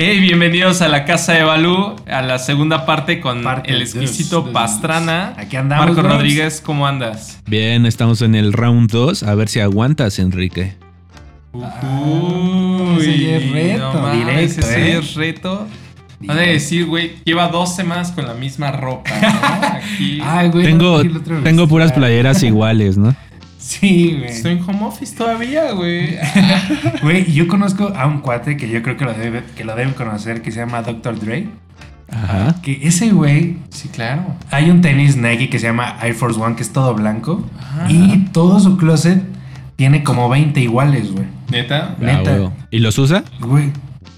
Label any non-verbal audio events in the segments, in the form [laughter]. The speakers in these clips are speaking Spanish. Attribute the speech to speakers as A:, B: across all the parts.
A: Hey, bienvenidos a la casa de Balú, a la segunda parte con
B: Parte
A: Mm, el
B: dos,
A: exquisito
B: dos.
A: Pastrana.
B: Aquí andamos,
A: Marco
B: bros.
A: Rodríguez, ¿cómo andas?
C: Bien, estamos en el round 2. A ver si aguantas, Enrique.
B: Ah, ese ya es reto,
A: no mames,
B: directo,
A: ese
B: ¿eh?
A: ya es reto. Van a decir, güey, lleva dos semanas con la misma ropa,
B: [laughs]
A: ¿no? Aquí.
B: Ay, güey. no,
C: Tengo,
B: aquí lo traigo.
C: tengo puras playeras iguales, ¿no?
B: Sí,
A: Estoy
B: güey.
A: en home office todavía, güey.
B: [laughs] Güey, yo conozco a un cuate que yo creo que lo, debe- que lo deben conocer, que se llama Dr. Dre.
C: Ajá.
B: Que ese güey,
A: Sí, claro.
B: hay un tenis Nike que se llama Air Force One, que es todo blanco. Y todo su closet tiene como 20 iguales, güey.
A: Neta.
C: Ah,
B: Neta.
C: huevo. ¿Y los usa?
B: Güey.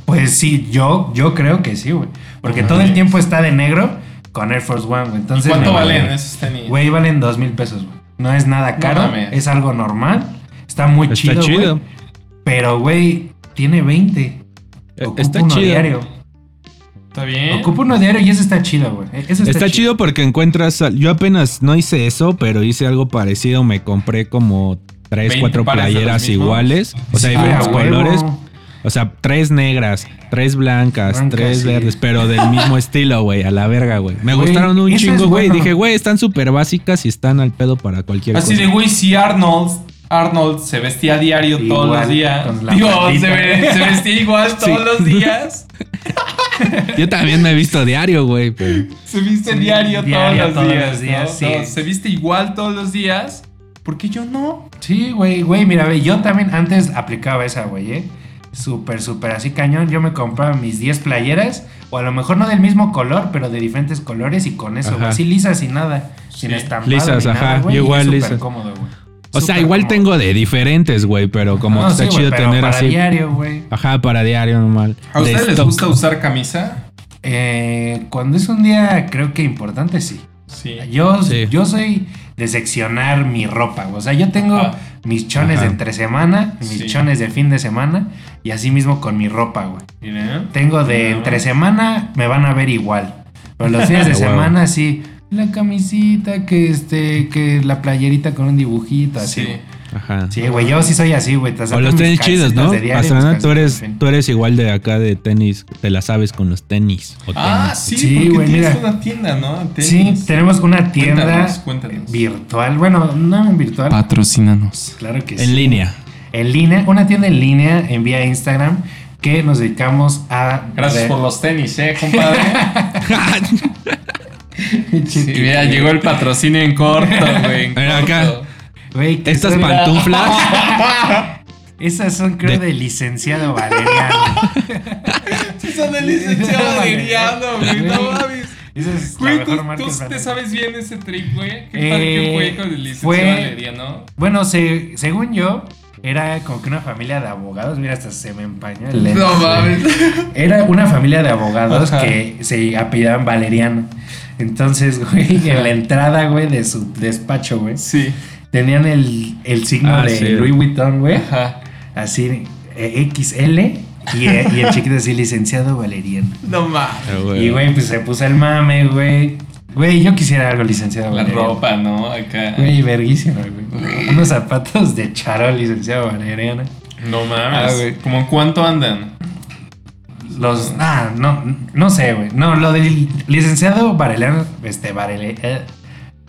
B: Pues sí, yo, yo creo que sí, güey. Porque
A: No
B: todo el
A: mames.
B: tiempo está de negro con Air Force One, güey. Entonces,
A: ¿Cuánto
B: me-
A: valen esos tenis?
B: Güey, valen dos mil pesos, güey. No es nada caro,
A: mames.
B: es algo normal. Está muy
C: Está
B: chido. güey.
C: chido.
B: Pero, güey, tiene 20.
C: Eh,
B: Ocupa
C: está
B: uno
C: chido.
B: diario.
A: ¿Está bien?
B: Ocupa uno diario y eso está chido, güey. E- Eso está,
C: Está, chido porque encuentras. al- Yo apenas no hice eso, pero hice algo parecido. Me compré como 3,
A: 20
C: 4
A: pares de los
C: playeras
A: mismos.
C: iguales. O sea,
B: Sí,
C: diferentes
B: a Ah, huevo.
C: colores. O sea, tres negras, tres blancas,
B: Blancas,
C: tres
B: sí.
C: verdes, pero del mismo estilo, güey, a la verga, güey. Me
B: Güey,
C: gustaron un
B: eso es
C: chingo, güey.
B: bueno.
C: Dije, güey, están súper básicas y están al pedo para cualquier
A: Así
C: cosa.
A: de, güey, si Arnold, Arnold se vestía a diario todos
B: Igual,
A: los días.
B: con la
A: Digo,
B: patita.
A: se, ve- se vestía
B: [laughs]
A: igual todos los días.
C: Yo también me he visto diario, güey. pero-
A: Se viste diario,
B: diario,
A: todos los
B: todos
A: días.
B: los días,
A: ¿no?
B: sí.
A: No, se viste igual todos los días. ¿Por qué yo no?
B: Sí, güey, güey, mira, ve, yo también antes aplicaba esa, güey, ¿eh? Súper, súper así cañón. Yo me compraba mis 10 playeras, o a lo mejor no del mismo color, pero de diferentes colores y con eso,
C: Ajá.
B: güey. Así lisas y nada. Sin
A: Sí.
B: estampado.
C: Lisas,
B: ni nada,
C: ajá,
B: güey,
C: yo
B: y es
C: igual
B: súper
C: lisas.
B: cómodo, güey.
C: O sea,
B: Súper
C: igual
B: cómodo.
C: tengo de diferentes, güey, pero como
B: No,
C: está
B: sí, güey,
C: chido
B: pero
C: tener
B: para
C: así.
B: diario, güey.
C: Ajá, para diario normal.
A: ¿A
C: De
A: ustedes les
C: stock.
A: gusta usar camisa?
B: Eh, cuando es un día, creo que importante, sí.
A: Sí.
B: Yo,
C: Sí.
B: yo soy de seccionar mi ropa, güey. O sea, yo tengo
A: Ajá.
B: mis chones
C: Ajá.
B: de entre semana, mis
A: Sí.
B: chones de fin de semana, y así mismo con mi ropa, güey.
A: Miren.
B: Tengo de
A: No.
B: entre semana, me van a ver igual. Pero los fines de
C: [laughs] Ah, wow.
B: semana, sí. La camisita, que este, que la playerita con un dibujito, así.
A: Sí.
B: güey.
C: Ajá.
B: Sí, güey, yo sí soy así, güey.
C: O los tenis chidos, ¿no? Pastrana, tú eres, tú eres igual de acá de tenis, te la sabes con los tenis. O tenis.
A: Ah, sí,
B: Sí,
A: porque
B: güey,
A: tienes
B: mira.
A: una tienda, ¿no?
B: Sí,
A: Tenis.
B: tenemos una tienda
A: Cuéntanos, cuéntanos.
B: virtual. Bueno, no virtual.
A: Patrocínanos.
B: Claro que sí.
A: [laughs]
C: En línea.
B: En línea, una tienda en línea en vía Instagram que nos dedicamos a.
A: Gracias
B: de-
A: por los tenis, eh,
B: [laughs]
A: compadre. Sí,
B: Chiqui-
A: mira, llegó el patrocinio en corto, güey. en
C: Mira acá.
A: corto.
B: Güey, que
C: Estas
B: son- Ah,
C: pantuflas.
B: Esas son, creo, de,
C: De-
A: [laughs]
B: licenciado Valeriano.
A: Sí, son del licenciado Valeriano, güey. No mames.
B: Esa es la
A: Güey, tú,
B: mejor marca
A: tú
B: de
A: te
B: Valeriano.
A: sabes bien ese trick, güey. ¿Qué
B: Eh,
A: tal que fue con el licenciado
B: fue-
A: Valeriano?
B: Bueno, se- según yo, era como que una familia de abogados. Mira, hasta se me empañó el lente.
A: No mames.
B: Era una familia de abogados
A: Ajá.
B: que se apellidaban Valeriano. Entonces, güey, en la entrada, güey, de su despacho, güey,
A: Sí.
B: tenían el, el signo
C: Ah,
B: de
C: sí.
B: Louis Vuitton, güey.
A: Ajá.
B: Así, eh, XL. Y, eh,
A: [laughs]
B: y el chiquito así, licenciado Valeriano.
A: No mames.
C: Ah,
B: Y, güey, pues se puso el mame, güey. Güey, yo quisiera algo, licenciado
A: La
B: Valeriano.
A: ropa, ¿no? Acá.
B: Güey, verguísima, güey. Unos zapatos de charol, licenciado Valeriano.
A: No
B: Ah, güey.
A: mames. ¿Cómo cuánto andan?
B: Los. Ah, no, no sé, güey. No, lo del licenciado Vareliano. Este, Varele. eh,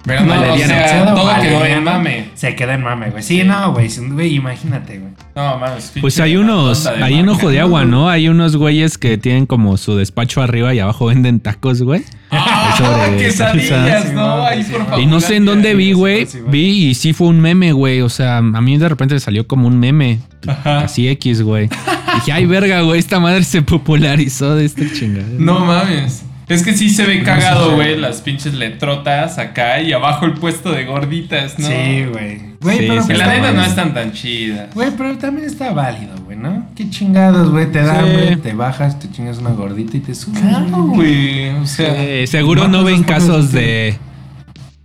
A: Pero no, o
B: Valeriano,
A: sea,
B: licenciado
A: todo quedó en
B: Valeriano,
A: mame.
B: Se quedó en mame, güey. Sí,
A: Sí.
B: no, güey. sí, Güey, imagínate, güey.
A: No mames.
C: Pues
A: pinche
C: hay unos,
A: tonta de
C: hay un
A: marca.
C: ojo de agua, ¿no? Hay unos güeyes que tienen como su despacho arriba y abajo venden tacos, güey.
A: Ah,
C: Sobre-
A: quesadillas,
B: Sí,
A: ¿no?
B: no,
A: Ahí
B: sí,
A: por
B: no.
A: favor.
C: Y no sé en dónde vi,
B: sí,
C: güey.
B: sí, güey.
C: Vi y sí fue un meme, güey. O sea, a mí de repente salió como un meme. Así X, güey. Dije, ay, verga, güey, esta madre se popularizó de este chingada.
A: No mames. Es que sí se ve cagado, güey, las pinches letrotas acá y abajo el puesto de gorditas, ¿no?
B: Sí, güey. Güey,
C: Sí,
B: pero.
C: sí,
A: Que
B: pues,
A: la
C: está
A: neta no
C: mal.
A: están tan chidas.
B: Güey, pero también está válido, güey, ¿no? Qué chingados, güey. Te da,
C: Sí.
B: hambre, te bajas, te chingas una gordita y te subes.
A: Claro, güey. O sea.
C: Eh, seguro no ven casos de.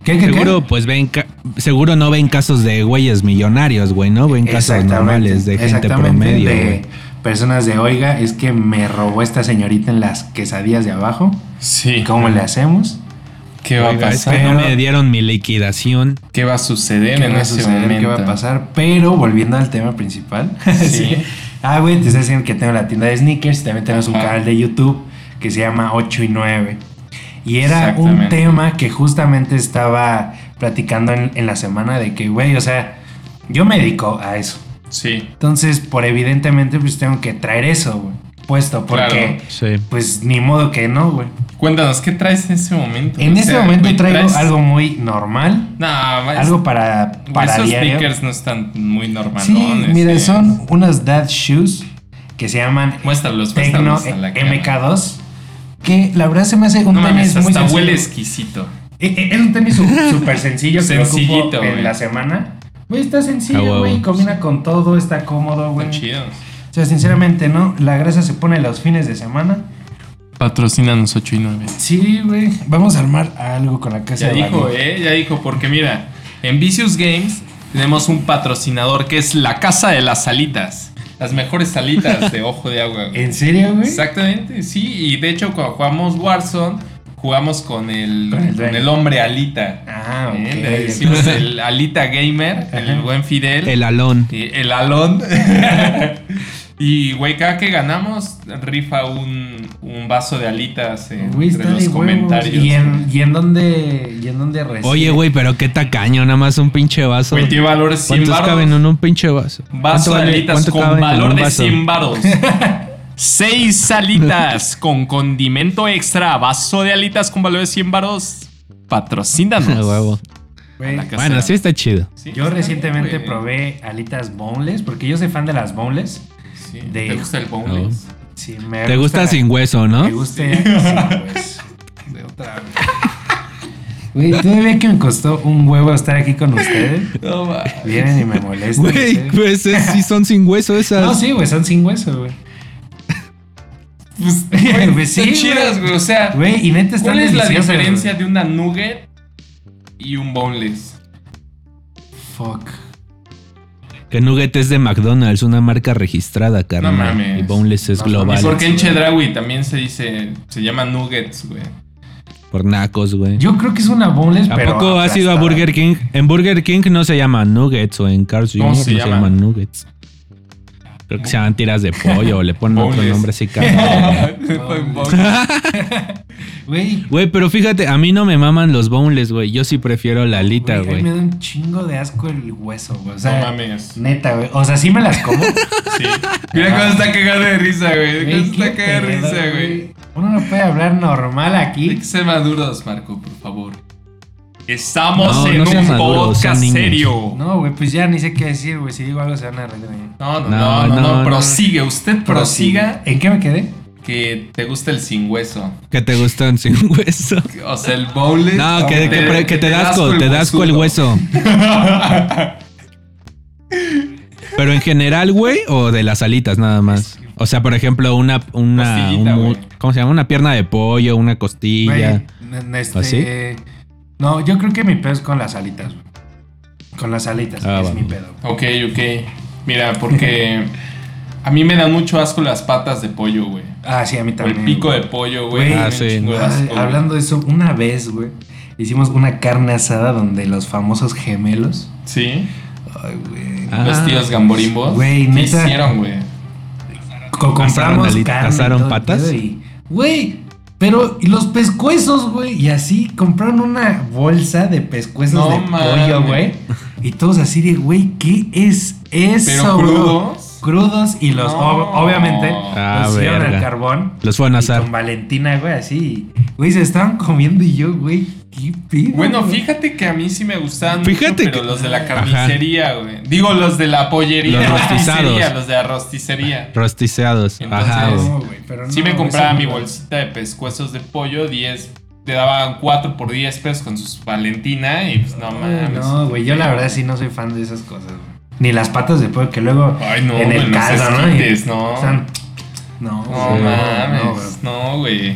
B: ¿Qué, qué, qué?
C: Seguro, pues ven. ca- Seguro no ven casos de güeyes millonarios, güey, ¿no? Ven casos
B: Exactamente,
C: normales de gente
B: exactamente,
C: promedio,
B: de
C: güey.
B: Personas de, oiga, es que me robó esta señorita en las quesadillas de abajo.
A: Sí.
B: ¿Cómo le hacemos?
A: ¿Qué va a
C: Oiga, es
A: pasar?
C: que no
B: Pero-
C: me dieron mi liquidación.
A: ¿Qué va a suceder
B: ¿Qué
A: en
B: va a
A: ese
B: suceder?
A: momento? [laughs]
B: ¿Qué va a pasar? Pero volviendo al tema principal, [laughs]
A: Sí.
B: Ah, güey, te estoy diciendo que tengo la tienda de sneakers y también tenemos un
A: Ajá.
B: canal de YouTube que se llama 8 y 9. Y era un
A: Exactamente.
B: tema que justamente estaba platicando en, en la semana de que, güey, o sea, yo me dedico a eso.
A: Sí,
B: Entonces, por evidentemente, pues tengo que traer eso, güey, puesto, porque,
A: Claro.
C: Sí.
B: pues ni modo que no, güey.
A: cuéntanos, ¿qué traes en ese momento?
B: En
A: O
B: ese
A: sea,
B: momento
A: güey,
B: traigo
A: traes-
B: algo muy normal,
A: No, ma-
B: algo para,
A: güey,
B: para
A: esos
B: diario.
A: sneakers no están muy normalones.
B: Sí, mira,
A: eh.
B: son unas dad shoes que se llaman
A: Muéstralos,
B: Tecno eh,
A: muéstralos a la cámara.
B: MK2. Que la verdad se me hace un
A: No
B: tenis
A: mames,
B: muy
A: hasta
B: sencillo.
A: huele exquisito.
B: Eh, eh, Es un
A: [laughs]
B: tenis su- súper sencillo que lo ocupo
A: Sencillito,
B: en
A: güey.
B: la semana. Güey, está
C: Ah,
B: sencillo,
C: huevo.
B: güey. Combina con todo, está cómodo, güey.
A: Están chidos.
B: O sea, sinceramente, ¿no? La grasa se pone los fines de semana.
A: Patrocínanos 8 y 9.
B: Sí, güey. Vamos a armar algo con la casa
A: Ya
B: de
A: dijo,
B: Balu.
A: eh, ya dijo, porque mira, en Vicious Games tenemos un patrocinador que es la Casa de las Salitas. Las mejores salitas
B: [laughs]
A: de ojo de agua. güey.
B: ¿En serio, güey?
A: Exactamente, sí. Y de hecho, cuando jugamos Warzone, jugamos con el,
B: Con el
A: con
B: dueño.
A: el hombre Alita.
B: Ah, ok.
A: Eh, Le decimos el Alita Gamer, el
B: Ajá.
A: buen Fidel.
C: El alón.
A: Y el Alon. [laughs] y, güey, cada que ganamos, rifa un, un vaso de alitas en
B: Güey,
A: entre
B: está
A: los
B: de huevos.
A: comentarios.
B: ¿Y en, y en dónde, y en dónde reside?
C: Oye, güey, pero qué tacaño, nada más un pinche vaso.
A: Güey, tiene valor 100
C: ¿Cuántos
A: baros.
C: caben en un pinche vaso?
A: Vaso de
C: vale-
A: alitas
C: cuánto caben
A: con
C: en
A: valor
C: un
A: de
C: vaso?
A: 100 baros. Seis salitas con condimento extra. Vaso de alitas con valor de 100 baros. Patrocínanos.
C: [laughs] Ah, huevo.
B: Güey,
A: la casa.
C: Bueno, sí está chido.
A: Sí,
B: Yo
A: está
B: recientemente
A: bien, güey.
B: probé alitas boneless, porque yo soy fan de las boneless.
A: Sí.
B: de-
A: ¿Te gusta el boneless?
B: Sí, me
C: Te gusta sin hueso,
B: Me
C: ¿no?
B: gusta sin hueso. Güey, todavía que me costó un huevo estar aquí con ustedes,
A: No, va.
B: vienen y me molestan.
C: Güey,
B: ustedes.
C: pues es- sí son sin hueso esas.
B: No, sí, güey, son sin hueso, güey.
A: Pues,
B: Güey,
A: güey,
B: pues sí,
A: están chidas,
B: güey.
A: güey. O sea,
B: Güey, y neta están
A: ¿Cuál es la
B: deliciosas,
A: diferencia de una nugget y un boneless?
B: güey. Fuck.
C: Que Nugget es de McDonald's, una marca registrada, carnal.
A: mames.
C: Y Boneless es
B: No
C: global.
B: mames.
A: ¿Y por qué en
B: sí, güey.
A: Chedraui también se dice, se llama nuggets, güey?
C: Por nacos, güey.
B: Yo creo que es una boneless,
C: ¿A
B: pero.
C: poco has ido a
B: aplastada.
C: Burger King? En Burger King no se llama Nuggets o en Carl's Jr.
A: ¿Cómo
C: no
A: se
C: se
A: llama?
C: llaman Nuggets. Creo que se llaman tiras de pollo o le ponen otro
A: Boneless.
C: nombre así, cabrón.
B: Güey,
C: Güey, pero fíjate, a mí no me maman los boneless, güey. Yo sí prefiero la alita,
B: güey, a mí Me
C: güey.
B: da un chingo de asco el hueso, güey. O
A: No
B: sea, [laughs]
A: mames.
B: neta, güey. O sea, sí me las como.
A: Sí. Mira cómo está cagado de risa, güey. Mira
B: Güey,
A: cómo
B: qué
A: está cagado de
B: pedo,
A: risa, güey.
B: Uno no puede hablar normal
A: Hay
B: aquí.
A: que ser maduros, Marco, por favor. Estamos
C: No,
A: en
C: no
A: un
C: sean maduros, sean
A: podcast
C: niños.
A: serio. No.
B: No, güey, pues ya ni sé qué decir, güey. Si digo algo se van a reír. de mí.
A: No, no,
C: No,
A: no, no,
C: no, no.
A: prosigue. Usted prosiga
B: ¿En qué me quedé?
A: que te gusta el sin hueso.
C: Que te gustan sin [laughs] hueso.
A: O sea, el boneless.
C: No, que, que, pre- que te da asco, te da asco el
A: huesudo.
B: [laughs]
C: hueso. Pero en general, güey, o de las alitas nada más. O sea, por ejemplo, una, una,
A: Costillita,
C: un mu-
A: güey.
C: ¿cómo se llama? Una pierna de pollo, una
B: Güey,
C: costilla.
B: n- este,
C: ¿Ah, sí?
B: No, yo creo que mi pedo es con las alitas, güey. Con las alitas,
C: Ah,
B: es
C: va.
B: mi pedo. güey.
A: Ok, ok. Mira,
B: [laughs]
A: porque a mí me dan mucho asco las patas de pollo, güey.
B: Ah, sí, a mí
A: O el
B: también.
A: pico
B: güey.
A: de pollo, güey.
B: Güey,
A: me da
C: ah,
A: un
C: sí.
A: chingo de
B: Ah,
A: asco, güey.
B: hablando de eso, una vez, güey, hicimos una carne asada donde los famosos gemelos.
A: Sí.
B: Ay, güey.
C: Ah.
A: Los tíos gamborimbos.
B: Güey,
A: ¿Qué
B: neta.
A: hicieron, güey?
B: Co- compramos
C: ali-
B: carne.
C: asaron
B: y todo el
C: patas.
B: pedo y- Güey, pero y los pescuezos, güey. Y así compraron una bolsa de pescuezos
A: No
B: de
A: mames.
B: pollo, güey. Y todos así de, güey, ¿qué es
A: Pero
B: eso? bro?"
A: crudos.
B: Crudos y los,
A: No.
B: ob- obviamente,
A: Ah,
B: los hicieron al
C: verga.
B: carbón.
C: Los fue a
B: y
C: asar.
B: con Valentina, güey, así. Güey, se estaban comiendo y yo, güey, qué pedo.
A: Bueno,
B: güey?
A: fíjate que a mí sí me gustaban mucho,
C: Fíjate
A: pero
C: que-
A: los de la
C: Ajá.
A: carnicería, güey. Digo, los de la pollería.
C: Los
A: la
C: rostizados.
A: [laughs] rosticería, los de la rosticería.
C: Rosticeados.
A: Entonces,
C: Ajá, Ah, güey.
B: No, güey, pero
A: Sí
B: no,
A: me
B: güey,
A: compraba
B: eso
A: mi
B: no.
A: bolsita de pescuezos de pollo, 10. Te daban 4 por 10 pesos con sus Valentina y pues no
B: Ay,
A: mames.
B: No, güey, yo la verdad sí no soy fan de esas cosas, güey. Ni las patas de pollo que luego
A: Ay, no,
B: en
A: güey,
B: el
A: los
B: caldo, ¿no? Y
A: esquites, no.
B: están- No,
A: No
B: güey, no, güey.
A: mames. No, güey.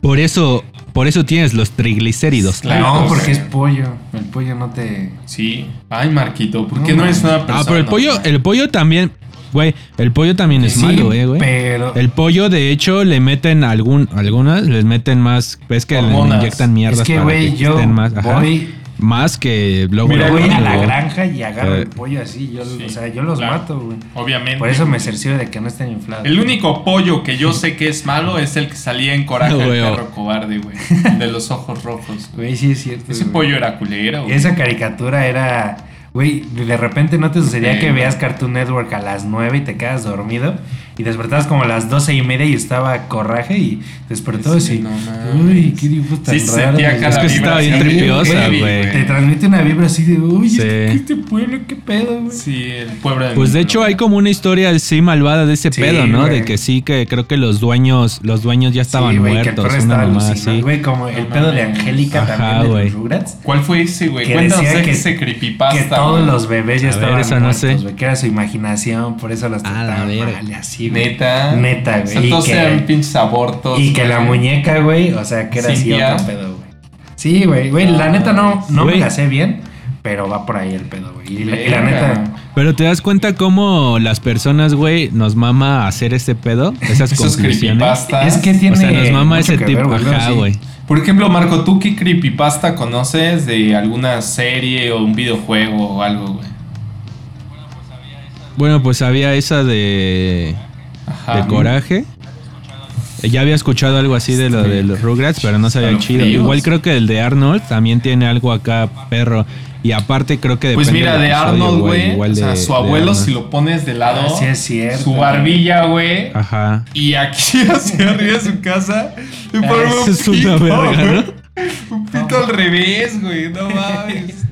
C: Por eso, por eso tienes los triglicéridos.
A: Claro.
B: No, porque
A: güey.
B: es pollo. El pollo no te.
A: Sí. Ay, Marquito, ¿por qué
B: No
A: no eres
B: mames.
A: una persona?
C: Ah, pero el pollo, el pollo también, güey, el pollo también es
B: Sí,
C: malo, eh, güey.
B: Pero.
C: El pollo, de hecho, le meten algún, algunas, les meten más, ves que le
A: Hormonas.
C: inyectan mierdas
B: es que,
C: para
B: güey,
C: que
B: yo
C: estén más. ajá.
B: voy
C: Más que luego.
B: Mira,
C: luego,
B: voy a la
C: luego.
B: granja y agarro
C: Eh.
B: el pollo así. Yo,
A: Sí,
B: o sea, yo los
A: claro.
B: mato, güey.
A: Obviamente.
B: Por eso me cercioro de que no estén inflados.
A: El único pollo que yo sé que es malo es el que salía en
C: [laughs]
A: coraje
C: No,
A: el
C: güey. oh.
A: perro cobarde,
C: [laughs]
A: güey. De los ojos rojos.
B: Güey, sí es cierto.
A: Ese
B: güey.
A: pollo era culero, güey.
B: Esa caricatura era. Güey, de repente no te sucedía
A: Sí.
B: que veas Cartoon Network a las 9 y te quedas dormido y despertabas como a las 12 y media y estaba coraje y
A: Sí,
B: despertó así.
A: no mames.
B: uy, qué dibujos tan
A: Sí se
B: raros,
A: sentía
B: güey.
A: cada
C: Es que sí estaba bien
A: vibración.
C: tripiosa,
A: Heavy,
C: güey.
B: Te transmite una vibra así de, uy,
C: Sí.
B: este, este pueblo, qué pedo, güey.
A: Sí, el pueblo de
C: Pues de
A: Nilo.
C: hecho hay como una historia sí malvada de ese
B: Sí,
C: pedo, ¿no?
B: güey.
C: De que sí, que creo que los dueños, los dueños ya estaban
B: Sí, güey, que el
C: muertos.
B: perro
C: una
B: estaba
C: mamá
B: alucinado,
C: así.
B: Güey, como el
A: No
B: pedo de
A: mames.
B: Angélica
C: Ajá,
B: también de
C: güey.
B: los Rugrats.
A: ¿Cuál fue ese, güey?
B: Que
A: Cuéntanos
B: decía que-
A: ese creepypasta.
B: que todos
A: güey.
B: los bebés ya
C: A ver,
B: estaban
C: esa no
B: muertos,
C: sé.
B: güey, que era su imaginación, por eso los
C: A la
B: trataban
C: verga.
B: mal y así, güey.
A: Neta.
B: Neta,
A: O
B: güey.
A: sea,
B: Y
A: todos
B: que-
A: eran pinches abortos.
B: Y que la
A: güey.
B: muñeca, güey, o sea, que era así
A: Cintia. Ah,
B: otro pedo, güey. Sí, güey, güey, la neta no, no me
C: Güey.
B: la sé bien, pero va por ahí el pedo, güey. Y, la- y la
A: Verga.
B: neta,
C: Pero te das cuenta cómo las personas, güey, nos mama hacer este pedo,
A: [laughs]
C: esas
A: Esos
C: conclusiones.
A: creepypastas.
B: es que tiene.
C: O sea, nos mama
B: mucho
C: ese
B: que
C: tipo,
B: ver, luego
C: ajá,
B: sí.
C: güey.
A: Por ejemplo, Marco, ¿tú qué creepypasta conoces de alguna serie o un videojuego o algo, güey?
C: Bueno, pues había esa de,
A: Ajá.
C: de coraje. Eh, Ya había escuchado algo así de lo de los Rugrats, pero no sabía el chido.
A: Escalofríos.
C: Igual creo que el de Arnold también tiene algo acá, perro. Y aparte creo que
A: Pues
C: depende
A: mira,
C: del
A: de
C: episodio,
A: Arnold, güey.
C: igual
A: O sea,
C: de-
A: su
C: de
A: abuelo,
C: Arnold.
A: si lo pones de lado.
B: Ah, sí es cierto.
A: Su barbilla, güey. [laughs]
C: Ajá.
A: Y aquí hacia arriba de su casa. Y
B: Ah,
A: por
C: eso
A: un
C: es una
A: pito,
C: verga,
A: güey.
C: ¿no?
A: Un pito al revés, güey.
C: [laughs]
A: No mames.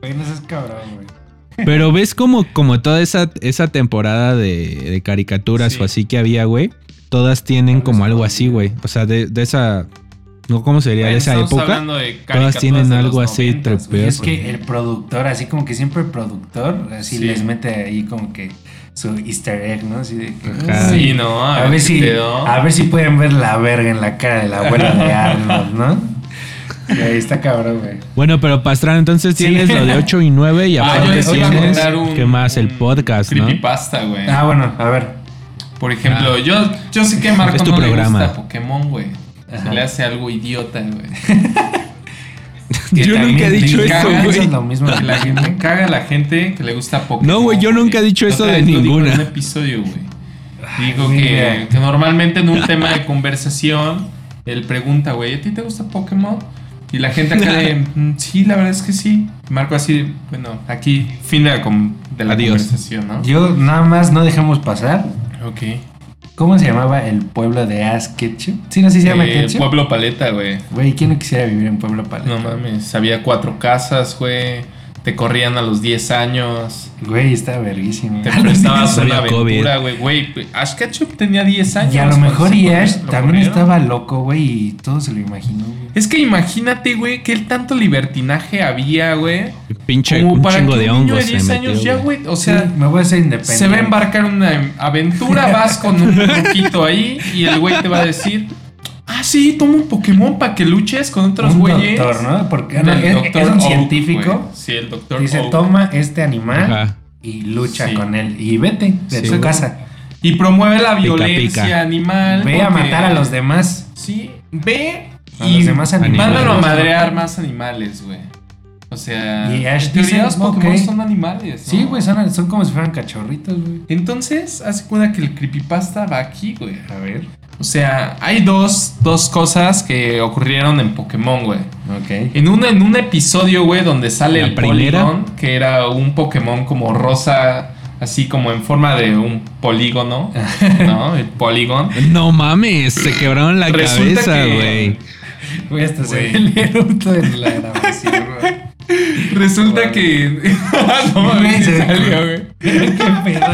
B: Güey, no seas cabrón, güey.
C: Pero ves como, como toda esa, esa temporada de, de caricaturas
A: Sí.
C: o así que había, güey. Todas tienen como algo así, güey. O sea, de, de esa. No, ¿cómo sería? De
A: Bueno,
C: esa
A: estamos
C: época.
A: hablando de
C: Todas
A: caricaturas
C: tienen
A: de los
C: algo
A: 90s,
C: así
A: güey.
B: Y
C: trepeo.
B: es que el productor, así como que siempre el productor, así
A: Sí.
B: les mete ahí como que su easter egg, ¿no? Así de que,
C: Ajá.
A: Sí, no, a,
B: A ver,
A: Ah, qué
B: si,
A: pedo.
B: a ver si pueden ver la verga en la cara de la abuela
A: [laughs]
B: de Arnold, ¿no? Y ahí está cabrón, güey.
C: Bueno, pero Pastrana, entonces
B: Sí.
C: tienes lo de 8 y 9 y
A: Ah, yo
C: aparte
A: les voy a
C: tienes.
A: contar un-
C: ¿Qué más? El
A: un
C: podcast, ¿no?
A: Creepypasta, güey.
B: Ah, bueno, a ver.
A: Por ejemplo, yo, yo sé que a Marco
C: Es tu
A: no
C: programa.
A: le gusta Pokémon, güey. Se
B: Ajá.
A: le hace algo idiota, güey.
B: Que
C: Yo
B: también
C: nunca he dicho
B: me
A: eso,
B: caga,
A: güey.
B: es lo mismo que
A: Que la gente caga a la gente que le gusta Pokémon.
C: No, güey, yo nunca he dicho eso
A: Otra
C: de
A: vez lo digo
C: ninguna.
A: en un episodio, güey. Digo
B: Ay,
A: que,
B: mira.
A: que normalmente en un tema de conversación, él pregunta, güey, ¿a ti te gusta Pokémon? Y la gente acá
C: [laughs]
A: de, "Mm, sí, la verdad es que sí. Marco así, bueno, aquí, fin de la, con- de la
C: Adiós.
A: conversación, ¿no?
B: Yo nada más no dejemos pasar.
A: Ok.
B: ¿Cómo se llamaba el pueblo de Ash Ketchum? Sí, no sé si se llama
A: Eh,
B: Ketchum.
A: Pueblo Paleta, güey.
B: Güey, ¿quién no quisiera vivir en Pueblo Paleta?
A: No mames, había cuatro casas, güey. Te corrían a los 10 años.
B: Güey, está verguísimo.
A: Te
B: [laughs]
A: prestabas
C: niños
A: una
C: había
A: aventura, güey. Güey, pues, Ash Ketchum tenía 10 años.
B: Y a lo mejor
A: cuando
B: y
A: se
B: Ash
A: corrió- lo
B: también
A: corrieron.
B: estaba loco, güey, y todo se lo imaginó. güey.
A: Es que imagínate, güey, que el tanto libertinaje había, güey.
C: Pinche,
A: como
C: un
A: para
C: chingo
A: que
C: de
A: un niño
C: hongos.
A: de
C: se
A: 10
C: metió,
A: años ya, güey. O
B: Sí,
A: sea,
B: me voy a hacer independiente.
A: se va a embarcar en una aventura, vas con
B: [laughs]
A: un poquito ahí y el güey te va a decir, ah, sí, toma un Pokémon para que luches con otros
B: un
A: güeyes.
B: doctor, ¿no? Porque ah, no,
A: Del
B: es,
A: Dr.
B: es un
A: Oak,
B: científico.
A: güey. Sí, el doctor.
B: Dice,
A: Oak.
B: toma este
A: ¿eh?
B: animal
C: Ajá.
B: y lucha
A: Sí.
B: con él. Y vete de
C: Sí.
B: tu casa.
A: Y promueve la
C: Pica,
A: violencia
C: pica.
A: animal.
B: Ve a
A: porque-
B: matar a los demás.
A: Sí, ve
B: A
A: y
B: los demás animales.
A: mándalo a madrear más animales, güey. O sea,
B: Y Ash
A: en teoría
B: dice,
A: los Pokémon
B: ok.
A: son animales. ¿no?
B: Sí, güey, son, son como si fueran cachorritos, güey.
A: Entonces, hace cuenta que el creepypasta va aquí, güey.
B: A ver.
A: O sea, hay dos, dos cosas que ocurrieron en Pokémon, güey.
B: Ok.
A: En un, en un episodio, güey, donde sale
C: La
A: el
C: primera.
A: Polygon, que era un Pokémon como rosa, así como en forma de un
B: [laughs]
A: polígono, ¿no? El Polygon.
C: No mames, se quebraron la
A: Resulta
C: cabeza,
A: que-
C: güey.
B: Güey, hasta se
A: Güey.
B: ve el eructo en la grabación, güey.
A: [laughs] Resulta
B: Vale.
A: que. [laughs] no mames,
B: Se
A: sí
B: ve
A: salió,
B: cool.
A: güey.
B: Qué pedo,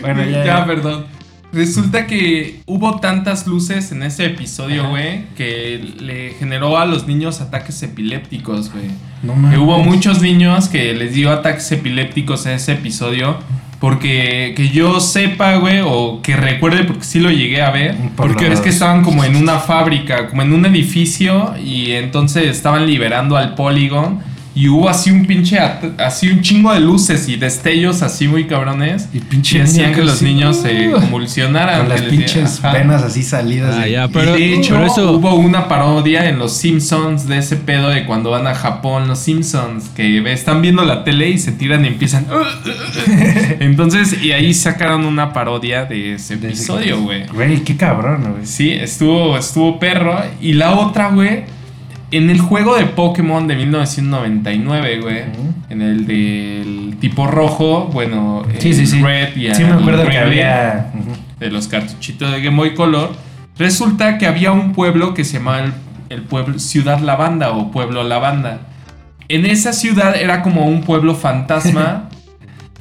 A: [laughs]
B: Bueno, ya. ya.
A: perdón. Resulta que hubo tantas luces en ese episodio,
B: Ajá.
A: güey, que le generó a los niños ataques epilépticos, güey.
B: No
A: Que
B: mames.
A: hubo muchos niños que les dio ataques epilépticos en ese episodio. Porque que yo sepa, güey, o que recuerde, porque sí lo llegué a ver.
B: Por
A: porque
B: la-
A: ves que estaban como en una fábrica, como en un edificio, y entonces estaban liberando al Polygon. Y hubo así un pinche, at- así un chingo de luces y destellos así muy cabrones.
B: Y pinche
A: Y hacían
B: niño
A: que los
B: así,
A: niños se
B: uh,
A: convulsionaran. [laughs]
B: Con
A: que
B: las
A: les diera-
B: pinches
A: ajá.
B: venas así salidas.
C: Ah,
B: de-
C: ya,
A: Y
C: pero,
A: de hecho,
C: pero eso.
A: hubo una parodia en Los Simpsons de ese pedo de cuando van a Japón los Simpsons, que ve- están viendo la tele y se tiran y empiezan... [laughs] Entonces, y ahí sacaron una parodia de ese
B: de ese-
A: episodio, güey.
B: Güey, qué cabrón, güey.
A: Sí, estuvo, estuvo perro. Y la otra, güey, en el juego de Pokémon de 1999, güey,
B: Ujú.
A: en el del tipo rojo, bueno,
B: Sí,
A: el
B: sí, sí.
A: Red y
B: Sí, me
A: el
B: acuerdo que
A: Green,
B: había. ujú.
A: de los cartuchitos de Game Boy Color, resulta que había un pueblo que se llamaba el, el pueblo Ciudad Lavanda o Pueblo Lavanda. En esa ciudad era como un pueblo fantasma.
B: [laughs]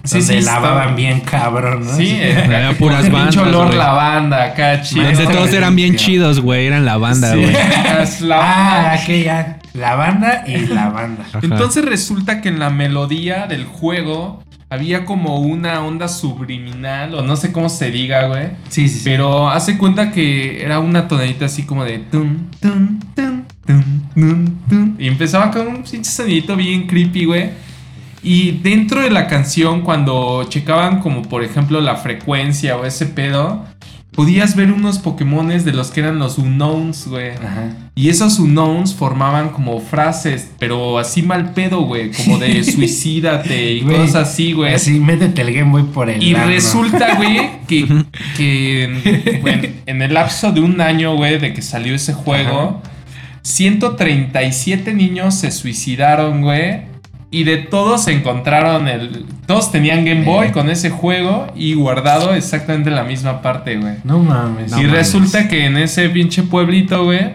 B: donde
A: estaba-
B: lavaban bien cabrón, ¿no?
A: Sí,
C: Había puras
A: puras bandas.
C: bandas,
A: olor
C: güey.
A: lavanda, acá chido.
C: Donde todos
B: Sí.
C: eran bien chidos, güey. Eran la
A: [laughs]
C: banda,
A: Sí,
C: güey.
A: es lavanda.
B: Ah, aquella. La banda
A: [laughs]
B: y la banda.
C: Ajá.
A: Entonces resulta que en la melodía del juego había como una onda subliminal, o no sé cómo se diga, güey.
B: Sí, sí, sí.
A: Pero hace cuenta que era una tonadita así como de tum, tum, tum, tum, tum, tum. Y empezaba con un pinche sonidito bien creepy, güey. Y dentro de la canción, cuando checaban como por ejemplo la frecuencia o ese pedo, podías ver unos Pokémones de los que eran los unknowns, güey.
B: Ajá.
A: Y esos unknowns formaban como frases, pero así mal pedo, güey. Como
B: [laughs]
A: de suicídate y
B: Güey,
A: cosas así, güey.
B: Así, métete el Game Boy por el.
A: Pues, Y
B: ano.
A: resulta,
B: [laughs]
A: güey, que, que en, bueno, en el lapso de un año, güey, de que salió ese juego, 137 niños se suicidaron, güey. Y de todos encontraron el... Todos tenían Game Boy
B: Eh.
A: con ese juego y guardado exactamente la misma parte, güey.
B: No mames.
C: No
A: y
C: mames.
A: resulta que en ese pinche pueblito, güey,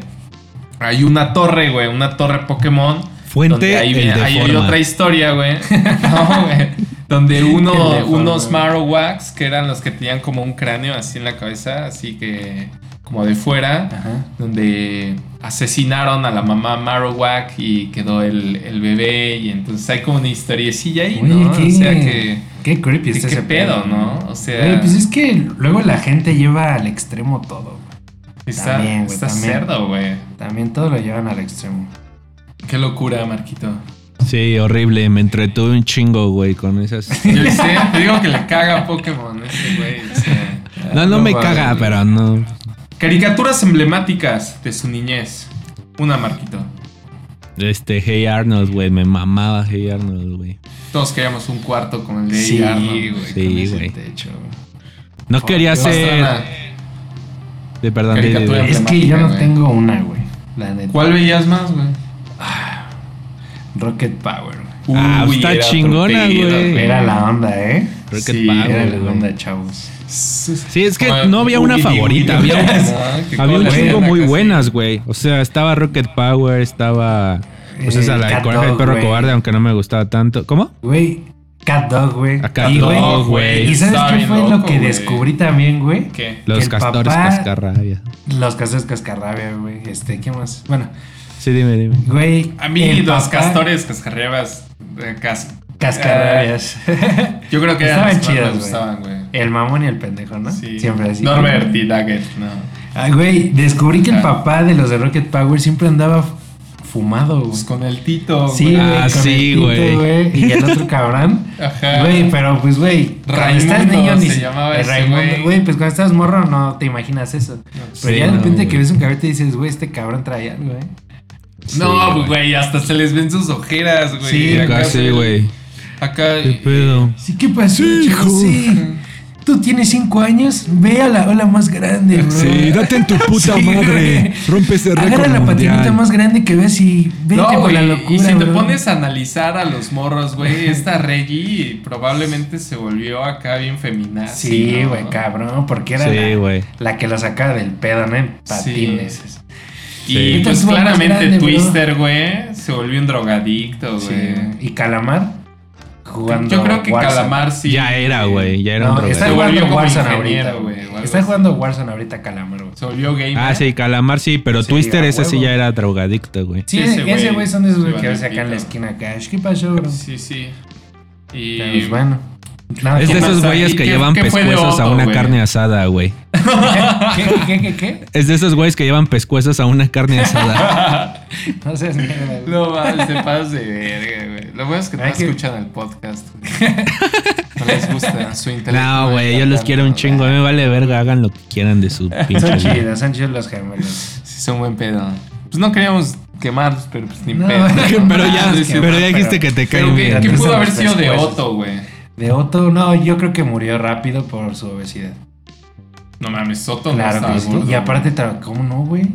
A: hay una torre, güey, una torre Pokémon.
C: Fuente
A: Donde ahí,
C: el
A: viene-
C: de
A: ahí hay
C: forma.
A: otra historia, güey. [laughs] No, güey. Donde
B: El de
A: uno,
B: forma,
A: unos
B: güey.
A: Marowaks, que eran los que tenían como un cráneo así en la cabeza, así que como de fuera,
B: Ajá.
A: donde asesinaron a la mamá Marowak y quedó el, el bebé y entonces hay como una historiecilla ahí,
B: Oye,
A: ¿no?
B: qué,
A: O sea que...
B: qué creepy
A: que
B: está
A: qué
B: ese
A: pedo, ¿no? O sea,
B: Güey, pues es que luego la gente lleva al extremo todo. güey.
A: está,
B: también, güey,
A: está
B: también.
A: cerdo, güey.
B: También todo lo llevan al extremo.
A: Qué locura, Marquito.
C: Sí, horrible. Me entretuve un chingo, güey, con esas.
A: [laughs] Yo sé, te digo que le caga Pokémon ese güey. o sea.
C: No, no me
B: mames.
C: caga, pero no.
A: Caricaturas emblemáticas de su niñez. Una marquito.
C: Este, Hey Arnold, güey. Me mamaba Hey Arnold, güey.
A: Todos queríamos un cuarto con el de
B: Sí,
A: Arnold.
B: güey,
C: Sí,
B: con ese
C: güey.
B: techo, güey.
C: No
A: Ah,
B: Oh,
C: quería
B: qué
C: ser.
A: Pastrana,
C: De, perdón, de- de-
A: Caricatura.
C: de-
B: Es que yo no
A: güey.
B: tengo una, güey. La neta.
A: ¿Cuál veías más, güey?
B: Rocket Power, güey.
C: Ah,
A: Uy,
C: está
A: era
C: chingona,
A: torpedo,
C: güey.
B: Era la onda, ¿eh?
C: Rocket
A: Sí,
C: Power,
B: Era la
C: güey.
B: onda, chavos.
C: Sí, es que no había una
A: Uy,
C: favorita,
A: uy,
C: había un-
A: no, que
C: Había un
A: cola,
C: chingo
A: una
C: muy
A: cosa
C: buenas, güey. O sea, estaba Rocket Power, estaba. Pues
B: Eh,
C: esa, la de
B: Cat
C: Coraje del
B: Dog,
C: Perro
B: güey.
C: Cobarde, aunque no me gustaba tanto. ¿Cómo?
B: Güey, Cat Dog, güey.
C: A Cat
B: Y,
C: Dog, güey.
B: ¿Y sabes
A: Estaba
B: qué
A: bien
B: fue
A: loco,
B: lo que
A: güey.
B: descubrí también, güey?
A: así. ¿Qué?
C: Los
B: el
C: castores
B: papá-
C: cascarrabia.
B: Los castores cascarrabia, güey. Este, ¿qué más? Bueno,
C: Sí, dime, dime.
B: güey.
A: A mí
B: el
A: los
B: papá-
A: castores cascarriabas. eh, cas-
B: Cascarrabias.
A: Yo creo que eran
B: Estaban
A: los que más
B: chidas,
A: me
B: güey.
A: gustaban, güey.
B: [laughs] el mamón y el pendejo, ¿no?
A: Sí.
B: Siempre así.
A: Norbert y Daggett, no.
B: Ah, güey, descubrí que
A: Ah.
B: el papá de los de Rocket Power siempre andaba fumado, güey.
A: Pues con el Tito,
B: Sí,
A: güey.
B: güey.
C: Ah,
B: con
C: sí,
B: el Tito,
C: güey.
B: Y el
A: [laughs]
B: otro cabrón.
A: Ajá.
B: Güey, pero pues, güey. cuando estás
A: Ah. Raimundo
B: niño,
A: se
B: si- eh,
A: llamaba ese güey.
B: Raimundo, güey. Pues cuando estás morro no te imaginas eso. Pero
C: Sí,
B: ya de
C: no,
B: repente que
C: güey.
B: ves un cabrón te dices, güey, este cabrón trae algo, güey.
A: No,
C: Sí,
A: pues, güey, hasta se les ven sus ojeras, güey.
B: Sí,
A: Acá
C: Acá
A: se-
C: sí, güey.
A: Acá.
C: ¿Qué
A: [laughs]
C: pedo?
B: Sí, ¿qué pasó,
C: hijo?
B: hijo? Sí. Tú tienes cinco años, ve a la ola más grande, bro.
C: Sí,
A: [laughs]
C: date en tu puta
B: Sí,
C: madre.
B: güey.
C: Rompe ese récord
B: Agarra la patinita
C: mundial.
B: más grande que ves y vete
A: No,
B: por
A: güey,
B: la locura.
A: y si te
B: bro.
A: pones a analizar a los morros, güey, esta Reggie probablemente se volvió acá bien feminazi.
B: Sí,
A: ¿no?
B: güey, cabrón, porque era
C: Sí,
B: la,
C: güey.
B: la que lo sacaba del pedo, ¿no? En patines.
A: Y
C: Sí.
A: pues
B: Entonces, fue más
A: claramente
B: grande, bro.
A: Twister, güey, se volvió un drogadicto,
B: Sí.
A: güey.
B: Y Calamar jugando.
A: Yo creo que
B: Warzone.
A: Calamar sí.
C: Ya era, Ah, güey. Ya era un
B: No,
C: drogadicto.
B: está
A: Se volvió
B: jugando
A: como
B: Warzone
A: ingeniero, güey,
B: ahorita.
A: o
B: güey.
A: algo
B: Está
A: así.
B: jugando Warzone ahorita Calamar, güey.
A: Se volvió gamer.
C: Ah, sí, Calamar sí, pero
B: Sí,
C: Twister
B: a
C: ese sí
B: huevo.
C: ya era drogadicto, güey.
B: Sí,
A: Sí, ese
B: ese
A: güey
B: güey son de esos
A: se
B: güey
A: va
B: que
A: de
B: ves acá en
A: pito.
B: la esquina cash. ¿Qué pasó, bro?
A: Sí, sí. Y.
B: Pero, pues, bueno. Nada,
C: Es de
B: Ah, ¿qué
A: ¿Cómo
C: esos
A: está?
C: güeyes
A: ¿Y
C: que
A: qué-
C: llevan
A: qué fue de
C: pescuezos a
A: Otto,
C: una
A: güey?
C: carne asada, güey.
B: más? ¿Qué, qué, qué, qué? [laughs]
C: Es de esos güeyes que llevan pescuezos a una carne asada.
B: No seas mierda, güey.
A: No mames, te pasas de verga, güey. Lo bueno es que no
B: Hay que-
A: escuchan el podcast, güey. No les gusta
B: [laughs]
A: su intelecto.
C: No, güey, yo los quiero un chingo. A mí me vale verga. Hagan lo que quieran de su pinche
B: Son
C: vida.
B: chidos, son chidos los gemelos.
A: Sí, son buen pedo. Pues no queríamos quemarlos, pero pues ni
B: No, [laughs]
A: pedo. ¿no?
C: Pero ya,
A: No, sí,
C: pero ya dijiste que te
A: Pero
C: caen
A: que,
C: bien.
A: que
B: Entonces,
A: pudo haber sido de
B: después.
A: Otto, güey.
B: De Otto, no, yo creo que murió rápido por su obesidad.
A: No mames, Otto
B: Claro
A: no
B: que
A: estaba
B: sí.
A: gordo.
B: Y aparte, tra- ¿cómo no, güey?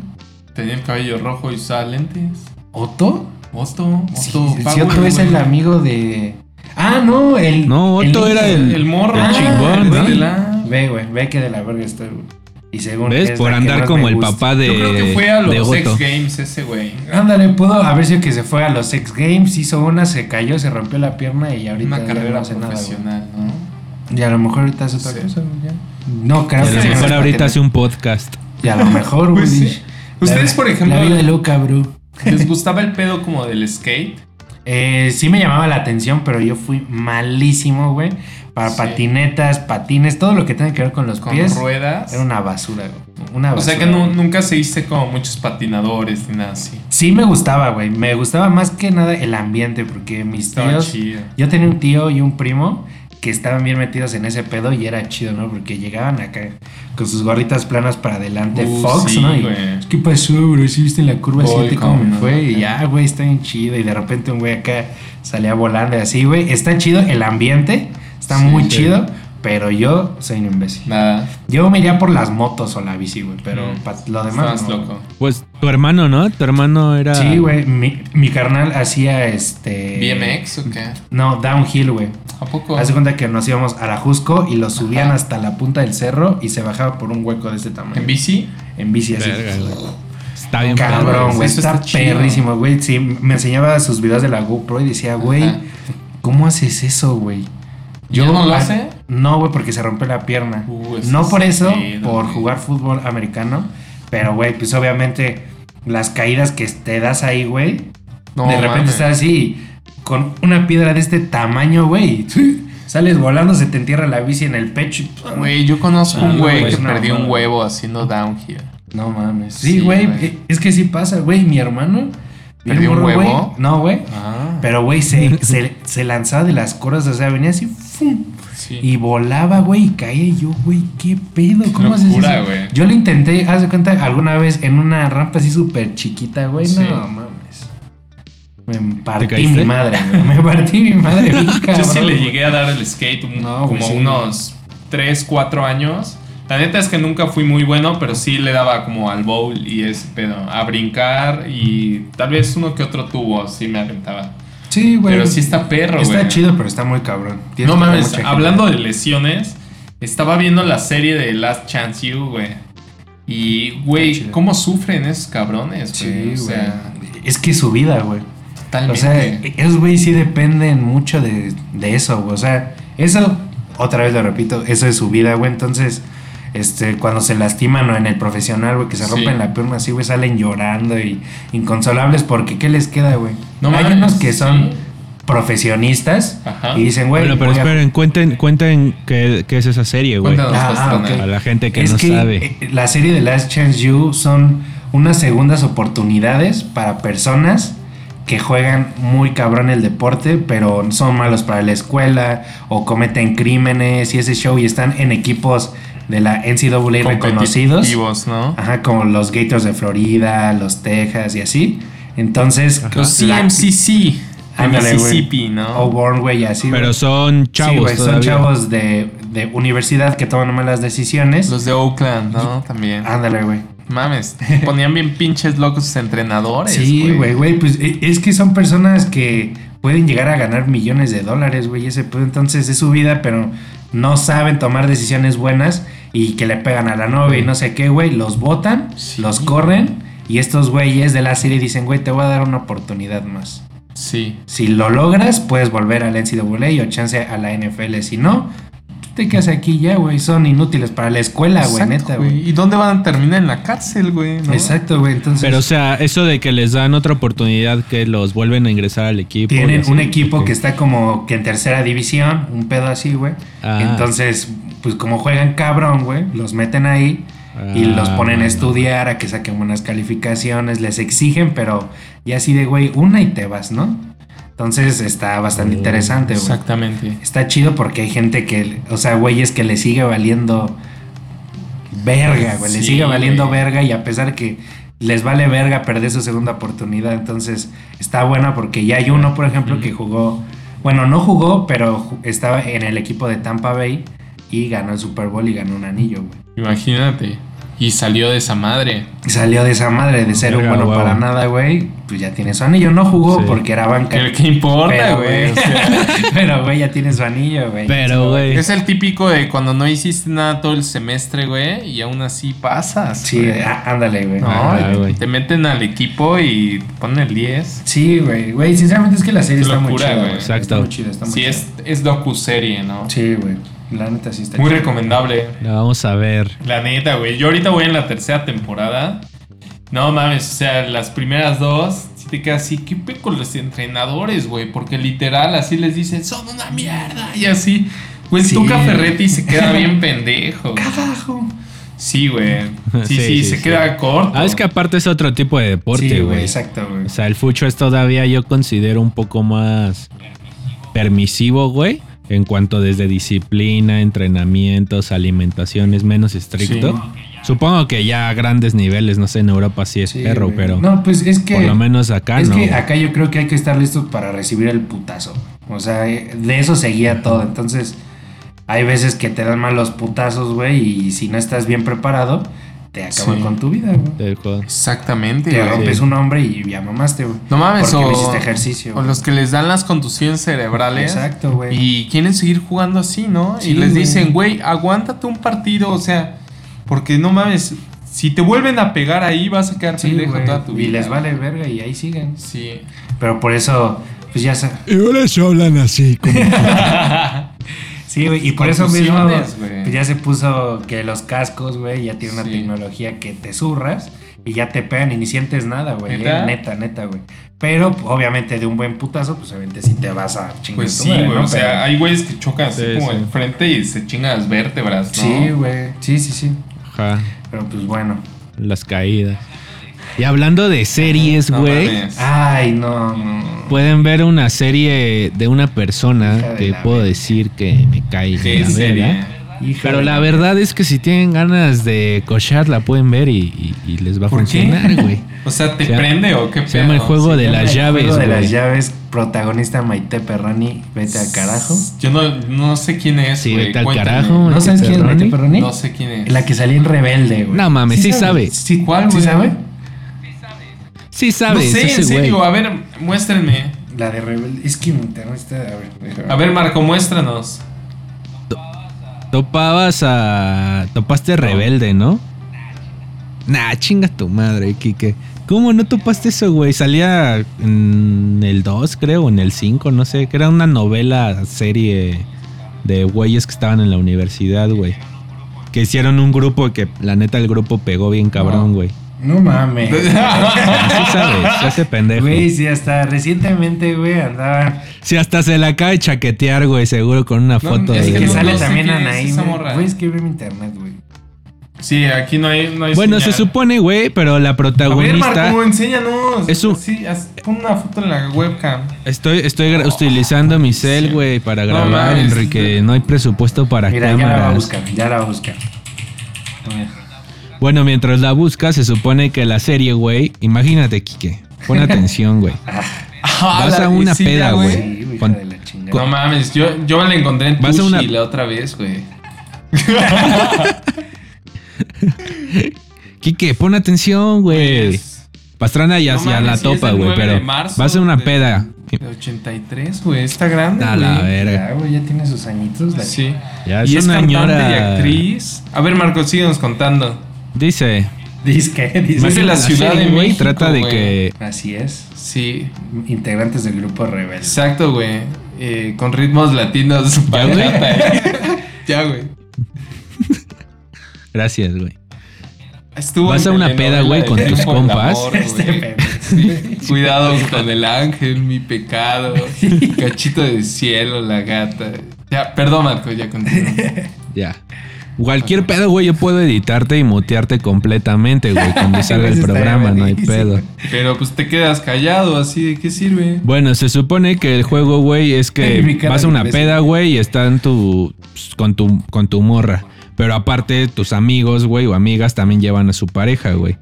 A: Tenía el cabello rojo y usaba lentes.
B: ¿Otto?
A: Otto, Otto,
B: Sí, si
A: Power,
B: Otto es
A: güey.
B: el amigo de. Ah, no, el.
C: No, Otto
B: niño.
C: era el-
A: El morro.
B: El chingón,
A: el
B: ¿no?
A: de la-
B: Ve, güey, ve que de la verga estoy, güey. Y según.
C: ¿Ves?
B: es
C: Por
B: la que
C: andar
B: más
C: como
B: me
C: el
B: gusta.
C: papá de.
A: Yo creo que fue a
C: de
A: los X
C: Otto.
A: Games ese güey.
B: Ándale, pudo haber sido que se fue a los X Games, hizo una, se cayó, se rompió la pierna y ahorita.
A: Una
B: ya
A: carrera
B: no hace nada, güey.
A: profesional,
B: y a lo mejor ahorita hace otra
A: Sí.
B: cosa, güey. ya. No,
C: Y
B: creo
C: a lo
A: Sí,
C: mejor
A: sí,
C: ahorita hace un podcast.
A: [laughs]
B: Y a lo mejor, güey.
A: Pues sí. Ustedes, por ejemplo-
B: La vida loca, bro.
A: ¿no? ¿Les gustaba el pedo como del skate?
B: Eh, sí me llamaba la atención, pero yo fui malísimo, güey. Para
A: Sí.
B: patinetas, patines, todo lo que tenga que ver con los
A: Con
B: pies.
A: ruedas.
B: Era una basura, güey. Una
A: O
B: basura.
A: sea que nu- nunca se hice como muchos patinadores ni nada así.
B: Sí me gustaba, güey. Me gustaba más que nada el ambiente, porque mis
A: Estaba
B: tíos...
A: chido.
B: Yo tenía un tío y un primo que estaban bien metidos en ese pedo y era chido, ¿no? Porque llegaban acá con sus gorritas planas para adelante,
A: Uh,
B: Fox,
A: sí,
B: ¿no? Y,
A: güey.
B: ¿Qué pasó, bro? ¿Sí viste en la curva
A: Voy
B: 7 cómo
A: con-
B: me fue? Y
A: ajá.
B: ya, güey, está bien chido. Y de repente un güey acá salía volando y así, güey. Está chido el ambiente, está
A: Sí,
B: muy
A: sí.
B: chido, pero yo soy un imbécil.
A: Nada.
B: Yo me iría por las motos o la bici, güey, pero
A: Mm.
B: pa- lo
A: Estabas
B: demás. no.
A: loco.
C: Pues tu hermano, ¿no? Tu hermano era.
B: Sí, güey, mi, mi carnal hacía este.
A: ¿BMX o qué?
B: No, downhill, güey.
A: ¿A poco?
B: Hace cuenta que nos íbamos a Arajusco y lo subían
A: Ajá.
B: hasta la punta del cerro y se bajaba por un hueco de este tamaño.
A: ¿En bici?
B: En bici así.
C: Verga, güey. Está bien padre.
B: Cabrón, güey.
A: Eso
B: Está,
A: está chido.
B: perrísimo, güey. Sí, me enseñaba sus videos de la GoPro y decía, güey,
A: Ajá.
B: ¿cómo haces eso, güey?
A: ¿Y él no lo
B: ah,
A: hace?
B: No, güey, porque se rompe la pierna.
A: Uh, eso
B: no por
A: es
B: eso,
A: pedo,
B: por
A: güey.
B: jugar fútbol americano. Pero, güey, pues obviamente las caídas que te das ahí, güey,
A: No,
B: de repente
A: mames.
B: estás así, con una piedra de este tamaño, güey. Sales volando, se te entierra la bici en el pecho. y-
A: Güey, yo conozco
B: Ah,
A: un
B: no,
A: güey
B: güey,
A: que
B: es una
A: perdió un
B: mamada.
A: huevo haciendo downhill.
B: No mames.
A: Sí,
B: Sí, güey.
A: güey.
B: eh, es que sí pasa, güey. Mi hermano. bien
A: ¿Perdió un
B: morro, güey.
A: huevo?
B: No, güey.
A: Ah,
B: Pero, güey, se,
A: [laughs]
B: se, se lanzaba de las cuerdas. O sea, venía así. ¡fum!
A: sí.
B: Y volaba, güey. Y caía y yo, güey. ¿Qué pedo? ¿Cómo haces
A: locura,
B: eso?
A: güey.
B: Yo lo intenté, haz de cuenta, alguna vez en una rampa así súper chiquita, güey.
A: Sí.
B: No mames. Me partí
C: caíste?
B: mi madre, güey. Me partí mi madre.
A: [laughs]
B: bien
A: Yo
B: cabrón,
A: sí le
B: güey.
A: llegué a dar el skate un-
B: No, güey,
A: como
B: sí.
A: unos 3, 4 años. La neta es que nunca fui muy bueno, pero sí le daba como al bowl y ese pedo, a brincar y tal vez uno que otro tubo, sí me aventaba.
B: Sí, güey.
A: Pero sí está perro,
B: Está
A: güey.
B: chido, pero está muy cabrón. Tienes
A: No
B: que tener
A: mames,
B: mucha gente.
A: hablando de lesiones, estaba viendo la serie de Last Chance You, güey. Y,
B: Está
A: güey,
B: chido.
A: cómo sufren esos cabrones,
B: Sí,
A: güey.
B: güey.
A: o sea,
B: Es que es su vida, güey. O
A: totalmente.
B: sea, esos güey sí dependen mucho de, de eso, güey. O sea, eso, otra vez lo repito, eso es su vida, güey. Entonces, este, cuando se lastiman o en el profesional, güey, que se
A: Sí.
B: rompen la pierna así, güey, salen llorando y inconsolables porque ¿qué les queda, güey?
A: No
B: Hay
A: mames,
B: unos que son
A: sí.
B: profesionistas
A: Ajá.
B: y dicen, güey,
C: Bueno, pero
B: voy a-
C: esperen, cuenten, cuenten qué, qué es esa serie, güey.
A: Cuéntanos,
B: Ah,
A: Pastrana.
B: ok.
C: A la gente que no sabe.
B: eh, La serie de Last Chance You son unas segundas oportunidades para personas que juegan muy cabrón el deporte, pero son malos para la escuela o cometen crímenes y ese show y están en equipos de la NCAA reconocidos. Ah,
A: Competitivos, ¿no?
B: Ajá, como los Gators de Florida, los Texas y así. Entonces,
A: Los
B: la-
A: CMCC. De
B: Ándale, güey. Oh,
A: Mississippi, ¿no?
B: Auburn, güey, y así.
C: Pero
B: güey.
C: son
B: Sí,
C: chavos
B: güey, son
C: todavía.
B: chavos de, de universidad que toman malas decisiones.
A: Los de Oakland, ¿no? También.
B: Ándale, güey. [laughs]
A: Mames, ponían bien pinches locos sus entrenadores.
B: Sí, güey, güey, pues e- es que son personas que pueden llegar a ganar millones de dólares, güey, ese pedo, entonces es su vida, pero no saben tomar decisiones buenas y que le pegan a la novia y no sé qué, güey, los botan,
A: Sí.
B: los corren y estos güeyes de la serie dicen, güey, te voy a dar una oportunidad más.
A: Sí.
B: Si lo logras, puedes volver a la NCAA o chance a la NFL, si no, te quedas aquí ya, güey, son inútiles para la escuela, güey,
A: Exacto,
B: neta, güey.
A: ¿Y dónde van a terminar en la cárcel, güey? no?
B: Exacto, güey, entonces...
C: Pero, o sea, eso de que les dan otra oportunidad, que los vuelven a ingresar al equipo. y
B: Tienen
C: así,
B: un equipo
C: ok.
B: que está como que en tercera división, un pedo así, güey.
C: Ah.
B: Entonces, pues como juegan cabrón, güey, los meten ahí y los
C: Ah,
B: ponen a
C: bueno.
B: estudiar, a que saquen buenas calificaciones, les exigen, pero ya así de, güey, una y te vas, ¿no? Entonces está
C: Oh,
B: bastante interesante, güey.
A: Exactamente.
B: Está chido porque hay gente que, o sea, güeyes que le sigue valiendo verga, güey, le
A: Sí,
B: sigue valiendo
A: güey.
B: verga y a pesar que les vale verga perder su segunda oportunidad, entonces está buena porque ya hay uno, por ejemplo, que jugó, bueno, no jugó, pero ju- estaba en el equipo de Tampa Bay y ganó el Super Bowl y ganó un anillo, güey.
A: Imagínate. Y salió de esa madre.
B: Y Salió de esa madre de ser
C: Verga,
B: un bueno
C: huevo.
B: para nada, güey, pues ya tiene su anillo, no jugó
C: Sí.
B: porque era banca.
A: ¿Qué, qué importa,
B: Pero, güey,
A: güey?
B: o
A: O sea,
B: sea, [laughs] pero, güey, ya tiene su anillo, güey.
C: Pero,
A: [laughs]
C: güey.
A: es el típico de cuando no hiciste nada todo el semestre, güey, y aún así pasas.
B: Sí,
A: güey.
B: á- ándale, güey.
A: No,
C: Ah, güey.
A: te meten al equipo y te ponen el 10.
B: Sí, güey. Güey, sinceramente es que la serie
A: Qué
B: está muy
A: locura,
B: chida.
A: güey.
B: güey.
C: Exacto.
B: Está muy chida, está muy
A: Sí,
B: chida.
A: es, es docu-serie, ¿no?
B: Sí, güey. La neta sí está
A: Muy
B: chida.
A: recomendable.
C: La vamos a ver.
A: La neta, güey. Yo ahorita voy en la tercera temporada. No mames, o sea, las primeras dos, si te quedas así, ¿qué peco los entrenadores, güey? Porque literal, así les dicen, son una mierda. Y así, güey,
B: Sí.
A: Tuca Ferretti se
C: [laughs]
A: queda bien pendejo. güey. Sí, güey. Sí, sí,
C: Sí, sí,
A: se
C: sí.
A: queda corto.
C: Ah, es que aparte es otro tipo de
B: Sí,
C: deporte,
B: güey.
C: güey.
B: Exacto, güey.
C: o sea, el fucho es todavía yo considero un poco más permisivo, güey. En cuanto desde disciplina, entrenamientos, alimentación, es menos estricto. Supongo que ya a grandes niveles, no sé, en Europa sí es
B: Sí,
C: perro,
B: güey.
C: pero
B: No, pues es que.
C: por lo menos acá
B: es
C: no.
B: que
C: güey.
B: acá yo creo que hay que estar listos para recibir el putazo. güey. O sea, eh, de eso seguía todo. Entonces, hay veces que te dan malos putazos, güey, y si no estás bien preparado, te acaban
A: Sí.
B: con tu vida, güey.
C: Te jodo.
A: Exactamente,
B: Te
A: güey.
B: rompes un hombre y ya mamaste, güey.
A: No mames,
B: Porque
A: o-
B: no hiciste ejercicio.
A: O
B: güey.
A: los que les dan las contusiones cerebrales.
B: Exacto, güey.
A: Y quieren seguir jugando así, ¿no?
B: Sí,
A: y les
B: güey.
A: dicen, güey, aguántate un partido, o sea, porque no mames, si te vuelven a pegar ahí vas a quedar
B: Sí,
A: pendejo
B: güey.
A: toda tu vida.
B: Y les vale verga y ahí siguen.
A: Sí.
B: Pero por eso, pues ya sa-
C: Y ahora eso hablan así, como
B: Sí, güey, y por eso mismo
A: Confusiones, güey.
B: pues ya se puso que los cascos, güey, ya tiene una
A: Sí.
B: tecnología que te zurras y ya te pegan y ni sientes nada, güey. eh,
A: ¿Neta?
B: ¿Neta? neta, güey. Pero pues, obviamente de un buen putazo, pues obviamente sí te vas a chingar.
A: Pues
B: tu
A: sí,
B: madre,
A: güey,
B: ¿no?
A: o sea,
B: Pero-
A: hay güeyes que chocan así
C: Sí,
A: como
C: sí.
A: enfrente y se chingan las vértebras, ¿no?
B: Sí, güey. Sí, sí, sí.
C: Ajá,
B: Pero pues bueno.
C: las caídas. Y hablando de series,
A: No
C: güey. Ah,
A: mames.
B: Ay, no, no.
C: Pueden ver una serie de una persona
B: Hija de
C: que
B: la
C: puedo
B: verga.
C: decir que me cae.
A: Qué
C: la
A: serie.
C: verga. Pero la verdad es que si tienen ganas de cochar, la pueden ver y, y- y les va a
A: ¿Por qué?
C: funcionar, güey.
A: O sea, ¿te
C: Se llama-
A: prende o qué
C: Se
A: [laughs]
C: llama el
A: pedo?
C: juego
A: Sí.
C: de las llaves,
B: de las
C: güey.
B: llaves, protagonista Maite Perroni, vete al carajo.
A: Yo no, no sé quién es,
C: Sí,
A: güey.
C: vete al
A: cuéntame.
C: carajo.
B: ¿No sabes quién es Maite
C: Perroni?
B: Perroni?
A: No sé quién es.
B: La que salía en Rebelde, güey.
C: No mames, sí sabe.
B: Sí,
A: ¿Cuál,
B: ¿Sí
A: güey?
B: sabe?
C: Sí
A: No
C: sabes,
A: sé,
C: ese
A: en
C: güey.
A: serio. A ver, muéstrenme.
B: La de Rebelde. Es que mi internet está. A ver, déjame.
A: A ver, Marco, muéstranos.
C: Topabas a... Topaste Rebelde, ¿no? Nah, chinga tu madre, Kike. ¿Cómo no topaste eso, güey? Salía en el 2, creo, en el 5, no sé. Que era una novela, serie de güeyes que estaban en la universidad, güey. Que hicieron un grupo que, la neta, el grupo pegó bien cabrón, güey.
B: No [laughs] mames.
C: Sí sabes, se hace pendejo.
B: Güey, sí, hasta recientemente, güey, andaban.
C: Si hasta se la acaba de chaquetear, güey, seguro con una foto
A: es
B: Es
C: de...
B: que
A: no-
B: sale
A: no sé
B: también
A: quién es
B: Anaí.
A: esa
B: güey.
A: morra.
B: Güey, es que ve mi internet, güey.
A: Sí, aquí no hay. No hay
C: Bueno, se
A: señal.
C: supone, güey, pero la
A: A ver,
C: protagonista...
A: Marco, enséñanos.
C: Es un-
A: Sí, haz- pon una foto en la webcam.
C: Estoy, estoy gra- utilizando mi cel,
A: Sí.
C: güey, para
A: No
C: grabar,
A: mames.
C: Enrique. No hay presupuesto para
B: Mira, ya la va a
C: cámaras.
B: buscar, ya la va a buscar. A ver.
C: Bueno, mientras la buscas, se supone que la serie, güey. Imagínate, Quique.
A: [laughs]
C: Pon atención, güey. Vas a una
A: Sí, ya,
C: peda, güey.
B: Sí, güey, hija
C: Con-
B: de la chingada.
A: No mames, yo, yo la encontré en
C: Vas a
A: Tushi
C: una-
A: la otra vez, güey.
C: Quique, pon atención, güey. Pastrana ya,
A: No
C: ya
A: mames, sí,
C: la
A: es
C: topa,
A: el
C: güey,
A: 9 de
C: pero
A: marzo
C: vas a una
A: de-
C: peda.
A: De 83, güey. Está grande,
C: A
A: güey.
C: la verga.
B: Ya, güey, ya tiene sus añitos. La
A: Sí.
C: Ya
A: y
C: es
A: es
C: una
A: cantante
C: ñora.
A: y actriz. A ver, Marco, síguenos contando.
C: Dice.
B: [laughs] Disque,
A: Es de
B: disque.
A: la Ciudad de
C: serie, güey,
A: México,
C: Trata de
A: güey.
C: que.
B: Así es.
A: Sí,
B: Integrantes del grupo Rebelde.
A: exacto, güey. Eh, con ritmos latinos. [laughs]
C: Ya, güey.
A: bachata, eh. [laughs] ya, güey.
C: Gracias, güey.
A: Estuvo
C: Vas
A: en
C: a una
A: telenovela
C: peda, güey,
A: de
C: con tus
A: [laughs] Tiempo de
C: compas.
A: Amor,
B: Este
A: güey.
B: pendejo.
A: Cuidado con el ángel, mi pecado. Cachito de cielo, la gata. Ya, perdón, Marco, ya continúo.
C: Ya. Cualquier pedo, güey, yo puedo editarte y mutearte completamente, güey,
B: [laughs]
C: cuando salga el
B: Eso estaría
C: programa, no hay
B: buenísimo.
C: pedo.
A: Pero pues te quedas callado, así de qué sirve.
C: Bueno, se supone que el juego, güey, es
B: Ay, mi
C: que
B: cara
C: vas a
B: de
C: una
B: imbécil.
C: peda, güey, y está en tu, pues, con tu con tu morra. Pero aparte, tus amigos, güey, o amigas también llevan a su pareja, güey.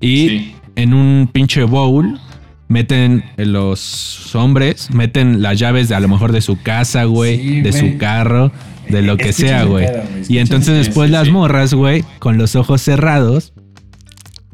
C: Y
A: Sí.
C: en un pinche bowl meten eh, los hombres, meten las llaves de a lo mejor de su casa, güey,
B: Sí,
C: de
B: güey. Eh,
C: su carro, de lo que
B: Escuchas
C: sea,
B: el
C: güey.
B: pedo, güey, escuchas
C: Y entonces
A: el-
C: después
A: sí,
C: las
A: sí.
C: morras, güey, con los ojos cerrados,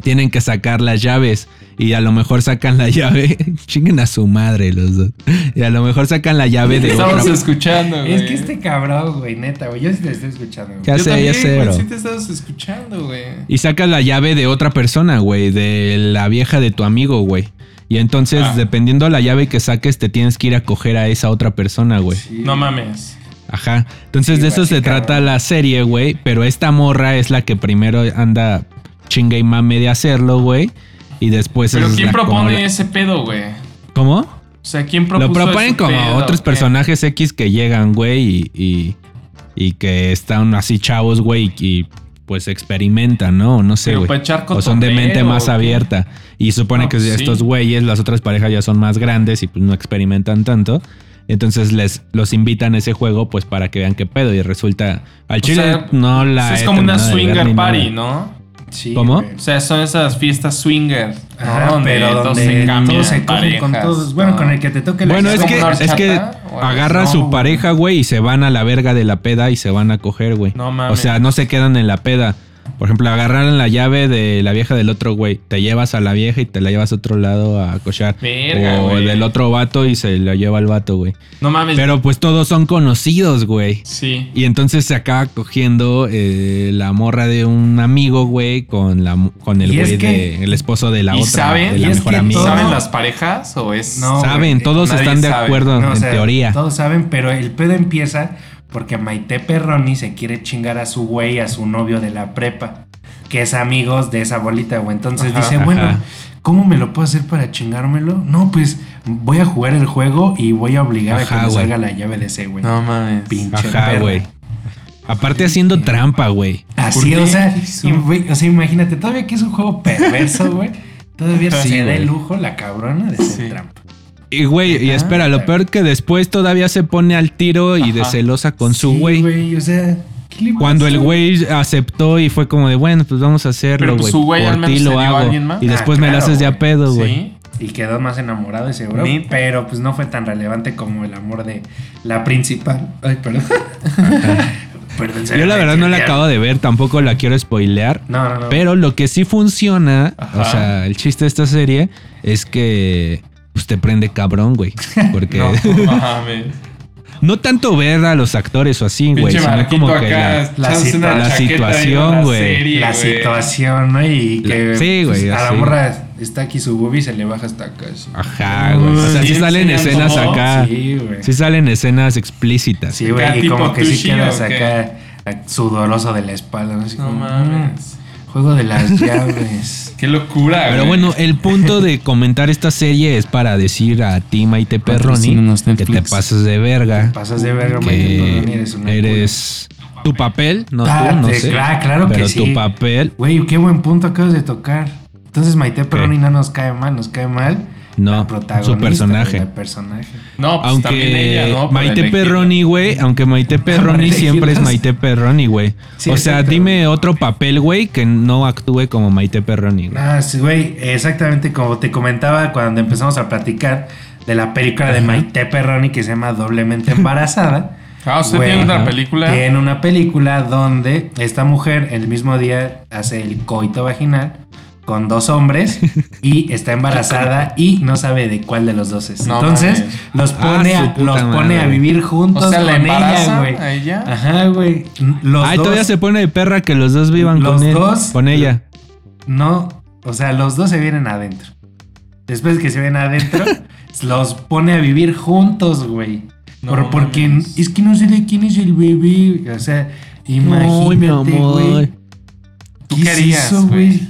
C: tienen que sacar las llaves. Y a lo mejor sacan la [laughs] llave. Chinguen a su madre los dos. Y a lo mejor sacan la llave de otra.
A: Estamos escuchando, güey.
B: Es que este cabrón, güey, neta, güey. Yo sí te estoy escuchando. güey.
C: Ya
A: Yo
C: sé,
A: también,
C: ya sé,
A: güey,
C: bro.
A: sí te estabas escuchando, güey.
C: Y sacas la llave de otra persona, güey. De la vieja de tu amigo, güey. Y entonces,
A: Ah.
C: dependiendo la llave que saques, te tienes que ir a coger a esa otra persona, güey.
B: Sí.
A: No mames.
C: Ajá. Entonces
B: Sí,
C: de
B: güey,
C: eso
B: qué
C: se
B: cabrón.
C: trata la serie, güey. Pero esta morra es la que primero anda chinga y mame de hacerlo, güey. Y después
A: Pero
C: es
A: ¿quién
C: la- como
A: propone
C: la-
A: ese pedo, güey?
C: ¿Cómo?
A: O sea, ¿quién propone
C: Lo proponen como otros personajes X que llegan, güey, y, y, y que están así chavos, güey, y, y, pues experimentan, ¿no? No sé,
A: Pero
C: güey.
A: para echar
C: O son de
A: cotorreo,
C: mente más
A: ¿o qué?
C: abierta. Y supone
A: Ah,
C: que
A: pues sí.
C: estos güeyes, las otras parejas ya son más grandes y pues no experimentan tanto. Entonces les los invitan a ese juego pues para que vean qué pedo. Y resulta, al
A: O
C: chile
A: sea,
C: no la...
A: es
C: he
A: como una
C: terminado de ver
A: swinger
C: ni nada.
A: party, ¿no?
B: Sí,
C: ¿Cómo?
B: güey.
A: O sea, son esas fiestas swinger. ¿no?
B: Ajá,
A: donde
B: Ah, pero
A: todos
B: donde
A: se cambian
B: todos se cogen con
A: parejas,
B: todos. Bueno,
A: ¿no?
B: con el que te toque la
C: Bueno, es
A: ¿Es
B: llave,
C: que,
A: como una
C: es que
A: horchata? ¿O
C: agarra a
B: no,
C: su
B: güey?
C: pareja, güey, y se van a la verga de la peda y se van a coger, güey.
A: No mames.
C: O sea, no se quedan en la peda. Por ejemplo, agarraron la llave de la vieja del otro güey. Te llevas a la vieja y te la llevas a otro lado a cochar.
A: Verga,
C: o
A: güey.
C: del otro vato y se la lleva al vato, güey.
A: No mames.
C: Pero pues todos son conocidos, güey.
A: sí.
C: Y entonces se acaba cogiendo eh, la morra de un amigo, güey, con, la, con el
B: Y es
C: güey
B: que-
C: de... El esposo de la
A: ¿Y
C: otra,
A: saben?
C: de
A: ¿Y
C: la
A: es
C: mejor
B: que
C: amiga.
B: todo-
A: ¿Saben las parejas o es...?
B: No, güey.
C: Saben, todos
A: Nadie
C: están de
A: sabe.
C: [laughs] acuerdo
B: No, o
C: en
B: sea,
C: teoría.
B: Todos saben, pero el pedo empieza porque Maite Perroni se quiere chingar a su güey, a su novio de la prepa, que es amigos de esa bolita, güey. Entonces
A: Ajá.
B: dice,
C: Ajá.
B: bueno, ¿cómo me lo puedo hacer para chingármelo? No, pues voy a jugar el juego y voy a obligar
C: Ajá,
B: a que me
C: güey.
B: salga la llave de ese güey.
A: No mames.
B: Pinche
C: Ajá,
B: perra.
C: güey. Aparte haciendo trampa, güey.
B: Así,
A: ¿Por
B: o
A: qué
B: sea,
A: hizo?
B: y, güey, o sea, imagínate, todavía que es un
A: [laughs]
B: juego perverso, güey. Todavía
C: Sí,
B: se da
C: güey.
B: el lujo la cabrona de ser
A: Sí.
B: trampa.
C: Y güey, y
B: Ajá.
C: espera, lo peor que después todavía se pone al tiro y de
A: Ajá.
C: celosa con su
B: Sí,
C: güey.
B: O sea, ¿qué le
C: Cuando el
B: pasa?
C: güey aceptó y fue como de, bueno, pues vamos a hacerlo,
A: Pero, pues,
C: güey.
A: su güey al
C: Por
A: menos
C: ti
A: se
C: lo
A: dio a
C: hago.
A: alguien más.
C: Y
B: Ah,
C: después me
B: claro,
C: la haces de a
B: güey.
C: pedo, güey.
A: ¿Sí?
B: Y quedó más enamorado ese bro.
A: Neta.
B: Pero pues no fue tan relevante como el amor de la principal. Ay,
C: [laughs]
B: perdón. [laughs] Perdón, se
C: Yo la
B: me
C: verdad no la
B: entendió.
C: acabo de ver, tampoco la quiero spoilear.
B: No, no, no.
C: Pero lo que sí funciona,
A: Ajá.
C: o sea, el chiste de esta serie es que pues te prende cabrón, güey. Porque [laughs]
A: No, [laughs] no mames.
C: No tanto ver a los actores o así, güey,
A: Pinche
C: sino como
A: marquito
C: que
A: acá, este,
C: la,
B: la
A: echándose una
B: situa-
C: la
A: chaqueta ahí con
C: situación,
A: la
C: güey.
A: serie,
B: la
A: güey.
B: situación, ¿no? Y
C: La-
B: que
C: sí,
B: pues,
C: güey,
B: a la
C: así.
B: morra está aquí su boobie y se le baja hasta acá. así.
C: Ajá, güey. O sea,
A: Sí,
C: sí salen
A: sí,
C: escenas
A: ¿no?
C: acá.
B: Sí, güey.
C: Ah, Sí salen escenas explícitas.
B: Sí, güey. Y
A: tipo
B: como que sí
A: Tushio,
B: quedas
A: ¿o qué?
B: acá a- sudoroso de la espalda. No, Así
A: No
B: como,
A: mames.
B: "Mm, Juego de las llaves.
A: Qué locura,
C: Pero
A: güey.
C: bueno, el
B: [laughs]
C: punto de comentar esta serie es para decir a ti, Maite Perroni,
A: Patrocínanos,
C: que te
A: Netflix.
C: pasas de verga.
B: Pasas de verga, Maite Perroni,
C: Ah, Que
B: eres una
C: eres tu papel, no
B: Ah,
C: tú, no
B: te-
C: sé.
B: ah, claro que
C: Pero
B: sí.
C: tu papel,
B: Güey, qué buen punto acabas de tocar. Entonces Maite Perroni no nos cae mal, nos cae mal.
C: no, su personaje.
B: El personaje.
A: No, pues también
C: Aunque
A: ella, ¿no? Por
C: Maite
A: elegir.
C: Perroni, güey, aunque Maite Perroni
B: elegir
C: siempre es
B: las-
C: Maite Perroni, güey.
B: Ah, Sí,
C: o sea,
B: exacto.
C: dime otro papel, güey, que no actúe como Maite Perroni, güey.
B: Ah, sí, güey, exactamente como te comentaba cuando empezamos a platicar de la película de Maite Perroni que se llama Doblemente Embarazada.
A: Ah, usted
B: Güey,
A: tiene una
C: ajá.
A: película.
B: Tiene una película donde esta mujer el mismo día hace el coito vaginal con dos hombres
C: [laughs]
B: y está embarazada y no sabe de cuál de los dos es.
A: No
B: Entonces
A: mames.
B: los
C: Ah,
B: pone, a,
C: su puta
B: los pone
C: madre.
B: a vivir juntos
A: O sea, la
B: con ella,
A: embaraza eh.
B: güey. Ah.
A: a ella.
B: Ajá, güey. Los
C: Ay,
B: dos
C: todavía se pone de perra que los dos vivan
B: Los
C: con él.
B: dos.
C: Con ella.
B: no, o sea, los dos se vienen adentro. Después que se ven
C: [laughs]
B: adentro, los pone a vivir juntos, güey.
A: No
B: Por- porque
A: mames.
B: es que no sé de quién es el bebé, o sea, imagínate, güey.
A: ¿Tú qué
B: ¿Qué es
A: harías,
B: eso,
A: güey?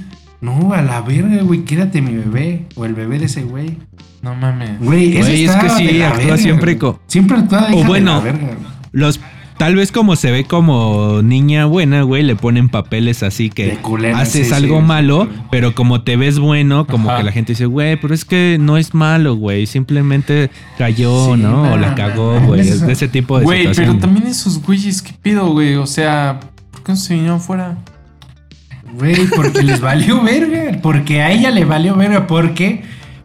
B: No, a la verga, güey. Quédate mi bebé. O el bebé de ese güey.
A: No mames.
B: Güey, eso
C: Güey, es
B: está
C: que sí,
B: de la
C: actúa
B: verga,
C: siempre
B: güey.
C: co-
B: Siempre actúa de
C: O
B: hija de
C: bueno,
B: la verga, güey.
C: Los Tal vez como se ve como niña buena, güey, le ponen papeles así que
B: De culera,
C: haces
B: sí,
C: algo
B: sí,
C: malo,
B: sí.
C: pero como te ves bueno, como
A: Ajá.
C: que la gente dice, güey, pero es que no es malo, güey, simplemente cayó,
B: Sí,
C: ¿no?
B: no,
C: o la
B: no,
C: cagó,
B: no,
C: güey,
B: eso-
C: es de ese tipo de
A: Güey, pero
C: situación.
A: también esos güeyes, ¿qué pido, güey? O sea, ¿por qué no se vinieron fuera?
B: Güey, porque les valió verga. Porque a ella le valió verga. Porque.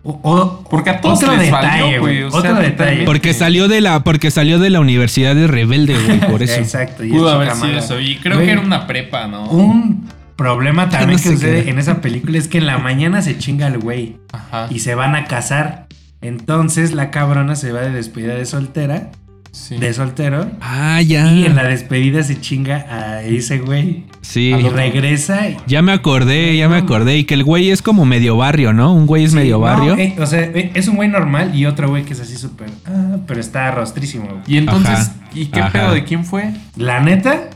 B: o- o-
A: Porque a todos
B: otro
A: les
B: detalle,
A: valió, güey, o sea,
B: otro detalle.
A: totalmente.
C: Porque salió de la porque salió de la universidad de rebelde, güey, por eso.
B: Exacto. y
A: Pudo
B: es su
A: haber sido
B: camarada.
A: eso. Y creo
B: Güey,
A: que era una prepa, ¿no?
B: Un problema también
C: No sé
B: que sucede
C: qué.
B: en esa película es que en la mañana se chinga el güey
A: Ajá.
B: y se van a casar. Entonces la cabrona se va de despedida de soltera,
A: sí.
B: de soltero,
C: Ah, ya.
B: y en la despedida se chinga a ese güey.
C: Sí.
B: Y regresa y
C: Ya me acordé, ya me acordé. Y que el güey es como medio barrio, ¿no? Un güey es
B: Sí,
C: medio
B: no,
C: barrio.
B: eh, o sea, eh, es un güey normal y otro güey que es así súper. ah, pero está rostrísimo. güey.
A: Y entonces,
C: Ajá.
A: ¿y qué
C: Ajá.
A: pedo de quién
B: [laughs]
A: fue?
B: La neta,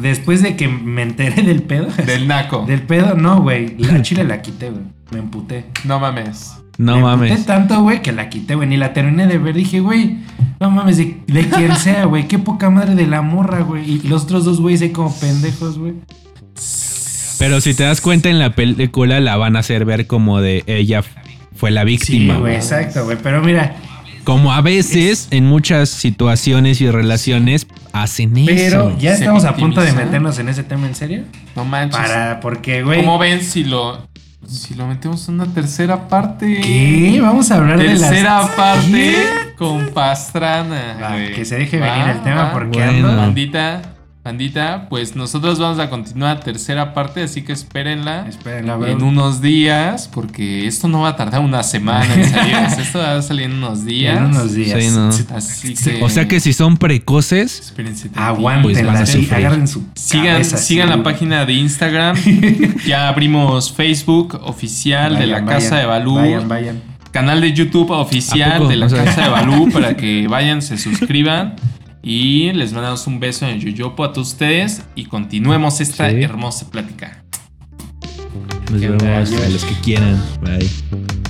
B: después de que me enteré del pedo. [laughs]
A: Del naco.
B: Del pedo, no, güey.
C: [laughs]
B: La chile la quité, güey. Me emputé.
A: No mames.
C: no
B: me
C: mames.
B: Emputé tanto, güey, que la quité, güey. Ni la terminé de ver. Dije, güey, no mames, de, de
C: [laughs]
B: quien sea, güey. Qué poca madre de la morra, güey. Y los otros dos güeyes ahí como pendejos, güey.
C: Pero si te das cuenta en la película la van a hacer ver como de ella fue la
B: Sí,
C: víctima.
B: güey, exacto, güey. Pero mira,
C: como a veces en muchas situaciones y relaciones hacen
B: pero
C: eso.
B: ya
A: se
B: estamos a punto de
A: victimiza.
B: meternos en ese tema en serio.
A: No manches.
B: Para, porque, güey.
A: ¿Cómo ven si lo, si lo metemos en una tercera parte?
B: ¿Qué? Vamos a hablar de las...
A: Tercera parte
B: ¿Qué?
A: con Pastrana.
B: Va,
A: güey.
B: que se deje
A: Va,
B: venir el tema
A: va.
B: porque
C: Ah, Bueno.
B: ando...
A: Bandita, bandita, pues nosotros vamos a continuar tercera parte, así que espérenla.
B: Espérenla, bro.
A: En unos días, porque esto no va a tardar una semana en salir. esto va a salir en unos días.
B: [laughs] En unos días.
C: Sí, no.
A: Así que.
C: O sea que si son precoces,
A: Espérense. tantito.
C: Pues
B: Aguántenla,
C: van a
B: sí,
C: sufrir.
B: agarren su
A: Sigan,
B: cabeza,
A: sigan
B: sí,
A: la
B: güey.
A: página de
B: [laughs]
A: Instagram. ya abrimos Facebook oficial de la
B: Vayan,
A: Casa
B: vayan,
A: de Balú.
B: Vayan, vayan.
A: Canal de YouTube
C: ¿A
A: oficial
C: poco?
A: de la
C: O sea-
A: Casa
C: [laughs]
A: de Balú para que vayan, se suscriban. Y les mandamos un beso en el Yoyopo a todos ustedes y continuemos esta
C: Sí.
A: hermosa plática.
C: nos
B: Que
C: vemos
B: vaya.
C: a los que quieran. Bye.